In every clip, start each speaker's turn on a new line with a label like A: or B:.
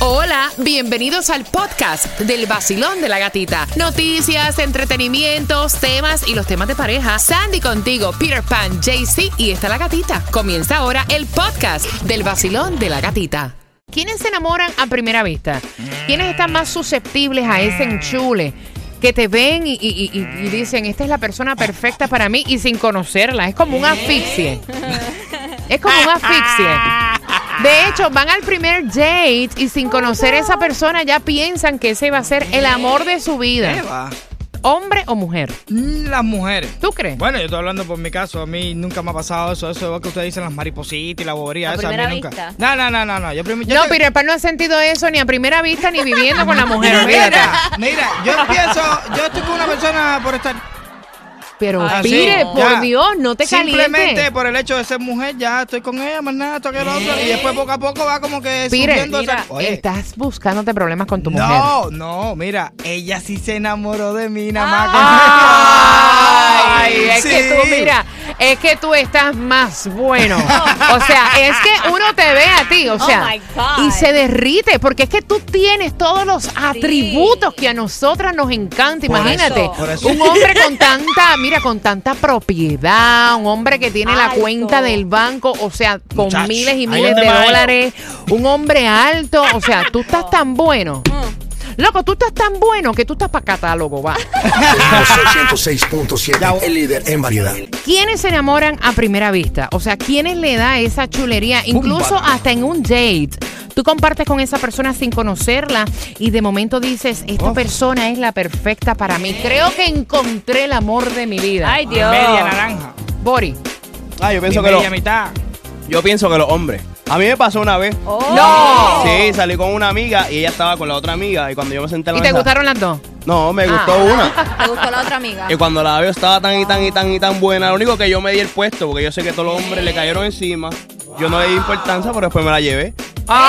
A: Hola, bienvenidos al podcast del vacilón de la gatita. Noticias, entretenimientos, temas y los temas de pareja. Sandy contigo, Peter Pan, JC y está la gatita. Comienza ahora el podcast del vacilón de la gatita. ¿Quiénes se enamoran a primera vista? ¿Quiénes están más susceptibles a ese enchule? Que te ven y, y- y- y dicen, esta es la persona perfecta para mí y sin conocerla. Es como un asfixie. Es como un asfixie. De hecho, van al primer date y sin conocer a esa persona ya piensan que ese va a ser el amor de su
B: ¿Qué
A: vida.
B: va?
A: Hombre o mujer.
B: Las mujeres.
A: ¿Tú crees?
B: Bueno, yo estoy hablando por mi caso. A mí nunca me ha pasado eso. Eso es que ustedes dicen las maripositas y la bobería.
C: A
B: eso a mí
C: primera
B: nunca.
C: vista.
B: No, no, no, no. no. Yo, prim- yo
A: No,
B: te-
A: Peter Pan no ha sentido eso ni a primera vista ni viviendo con la mujer.
B: Mira,
A: olvídate.
B: mira, yo empiezo. Yo estoy con una persona por estar.
A: Pero
B: Ay,
A: Peter,
B: no.
A: por
B: Ah, Ya.
A: Dios, no te
B: Simplemente
A: calientes.
B: por el hecho de ser mujer, ya estoy con ella, más nada, esto que lo otro. Y después poco a poco va como que
A: Peter,
B: subiendo. esa-
A: mira, estás buscándote problemas con tu mujer.
B: No, no, mira, ella sí se enamoró de mí, nada más.
A: Ay, es
B: Sí.
A: que tú, mira, es que tú estás más bueno. O sea, es que uno te ve a ti, o
C: Oh
A: sea,
C: my God.
A: y se derrite, porque es que tú tienes todos los atributos que a nosotras nos encanta.
B: Por
A: Imagínate,
B: eso, por eso.
A: un hombre con tanta, mira, con tanta propiedad, un hombre que tiene la
C: Alto.
A: cuenta del banco, o sea, con
B: Muchacho,
A: miles
B: ahí
A: y miles
B: donde
A: de
B: bailo.
A: dólares, un hombre alto, o sea, tú estás tan bueno.
C: Mm.
A: Loco, tú estás tan bueno que tú estás para catálogo, va.
D: Ritmo 606.7, el líder en variedad.
A: ¿Quiénes se enamoran a primera vista? O sea, ¿quiénes le da esa chulería? Incluso hasta en un date. Tú compartes con esa persona sin conocerla y de momento dices, esta
B: Oh.
A: persona es la perfecta para mí. Creo que encontré el amor de mi vida.
C: Ay, Dios.
B: Media naranja.
A: Bori.
E: Ah, yo pienso
B: mi
E: que
B: media
E: los,
B: mitad.
E: yo pienso que los hombres. A mí me pasó una vez.
C: Oh.
A: ¡No!
E: Sí, salí con una amiga y ella estaba con la otra amiga y cuando yo me senté a la
A: ¿Y te
E: mesa-
A: gustaron las dos?
E: No, me gustó
A: Ah.
E: una.
C: Me gustó la otra amiga.
E: Y cuando la veo estaba tan y tan y tan y tan buena, lo único que yo me di el puesto porque yo sé que todos los hombres le cayeron encima. Yo no le di importancia, pero después me la llevé.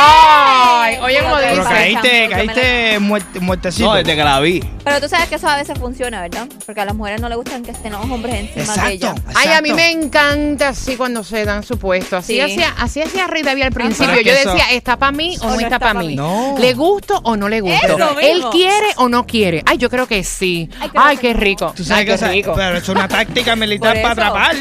A: Ay, oye como
C: Pero
B: Pero
A: dice.
C: Esa que-
B: caíste,
C: esa mujer
B: caíste muerte- muertecito.
E: No, desde que la vi.
C: Pero tú sabes que eso a veces funciona, ¿verdad? Porque a las mujeres no les gustan que estén los hombres encima de
B: Exacto.
C: ellas.
A: Ay, a mí
B: exacto.
A: me encanta así cuando se dan su puesto. Así
C: Sí. Ah,
A: hacía, así hacía Rita Lee al principio.
B: Pero es
A: Yo
B: que eso-
A: decía, ¿está para mí o, no está, para mí?
B: No.
A: ¿Le gusto o no le gusto?
C: Eso
A: ¿Él
C: mismo.
A: quiere o no quiere? Ay, yo creo que sí.
C: Ay,
A: Ay,
C: creo que
A: qué
C: no.
A: rico.
B: Tú sabes
A: Ay,
B: que
A: qué
B: esa-
A: rico.
B: Pero es una táctica militar para
C: Por eso.
B: atrapar.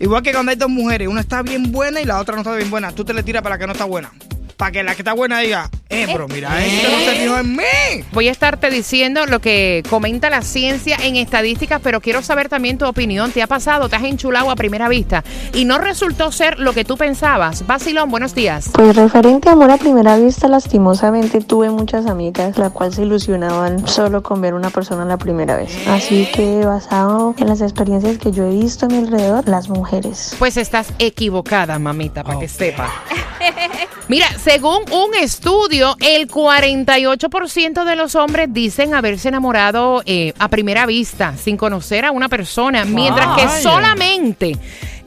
B: Igual que cuando hay dos mujeres, una está bien buena y la otra no está bien buena. Tú te le tiras para la que no está buena. Para que la que está buena diga, eh, pero mira, esto no se fijó en mí.
A: Voy a estarte diciendo lo que comenta la ciencia en estadísticas, pero quiero saber también tu opinión. ¿Te ha pasado? ¿Te has enchulado a primera vista? Y no resultó ser lo que tú pensabas. Basilón, buenos días.
F: Pues referente a amor a primera vista, lastimosamente tuve muchas amigas, la cual se ilusionaban solo con ver una persona la primera vez. Así que basado en las experiencias que yo he visto a mi alrededor, las mujeres.
A: Pues estás equivocada, mamita, para que sepa. Mira, según un estudio, el 48% de los hombres dicen haberse enamorado eh, a primera vista, sin conocer a una persona, mientras que
B: Vaya.
A: solamente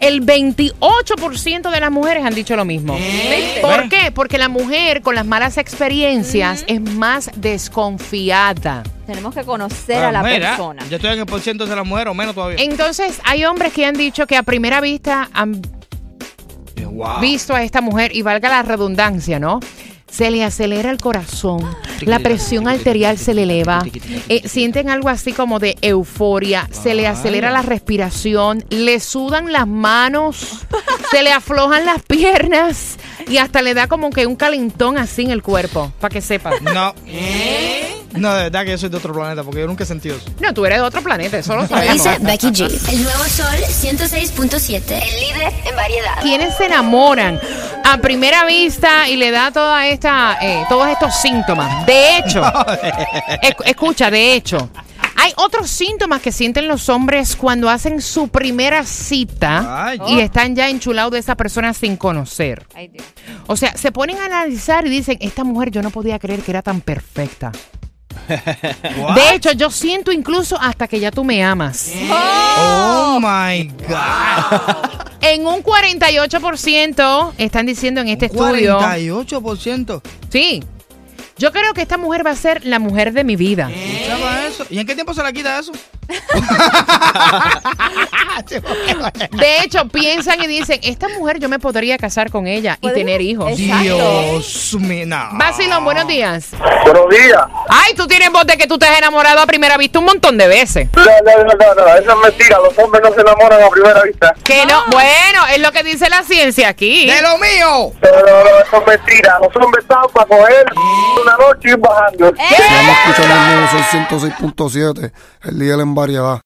A: el 28% de las mujeres han dicho lo mismo. ¿Por qué? Porque la mujer con las malas experiencias es más desconfiada.
C: Tenemos que conocer a la
B: Pero mira,
C: persona.
B: Yo estoy en el por ciento de la mujer o menos
A: Eh.
B: todavía.
A: Entonces, hay hombres que han dicho que a primera vista han
B: Wow.
A: visto a esta mujer y valga la redundancia, ¿no? Se le acelera el corazón, la presión arterial se le eleva, eh, sienten algo así como de euforia, se le acelera la respiración, le sudan las manos, se le aflojan las piernas y hasta le da como que un calentón así en el cuerpo, para que sepa.
B: No. No, de verdad que yo soy de otro planeta porque yo nunca he sentido eso.
A: No, tú eres de otro planeta, eso lo sabemos.
G: Lisa Becky G. El nuevo sol 106.7. El líder en variedad.
A: quienes se enamoran a primera vista y le da toda esta, eh, todos estos síntomas. De hecho, esc- escucha, de hecho, hay otros síntomas que sienten los hombres cuando hacen su primera cita
B: Ay.
A: y están ya enchulados de esa persona sin conocer.
C: Ay, Dios.
A: O sea, se ponen a analizar y dicen, esta mujer yo no podía creer que era tan perfecta. De hecho, yo siento incluso hasta que ya tú me amas.
B: Oh my God.
A: En un 48% están diciendo en este estudio.
B: 48%.
A: Sí. Yo creo que esta mujer va a ser la mujer de mi vida.
B: Escuchaba eso. ¿Y en qué tiempo se la quita eso?
A: De hecho, piensan y dicen, esta mujer yo me podría casar con ella y
C: ¿Podemos?
A: tener hijos.
C: Es-
B: Dios mío. no.
A: Basilón, buenos días.
H: Buenos días.
A: Ay, tú tienes voz de que tú te has enamorado a primera vista un montón de veces.
H: No, no, no, no, no, eso es mentira. Los hombres no se enamoran a primera vista.
A: Que no, bueno, es lo que dice la ciencia aquí.
B: ¡De lo mío!
H: Pero no, no, eso es mentira. Los hombres están para coger una noche y ir bajando.
C: ¡Eh!
D: Estamos escuchando el nuevo Sol 106.7, el líder en variedad.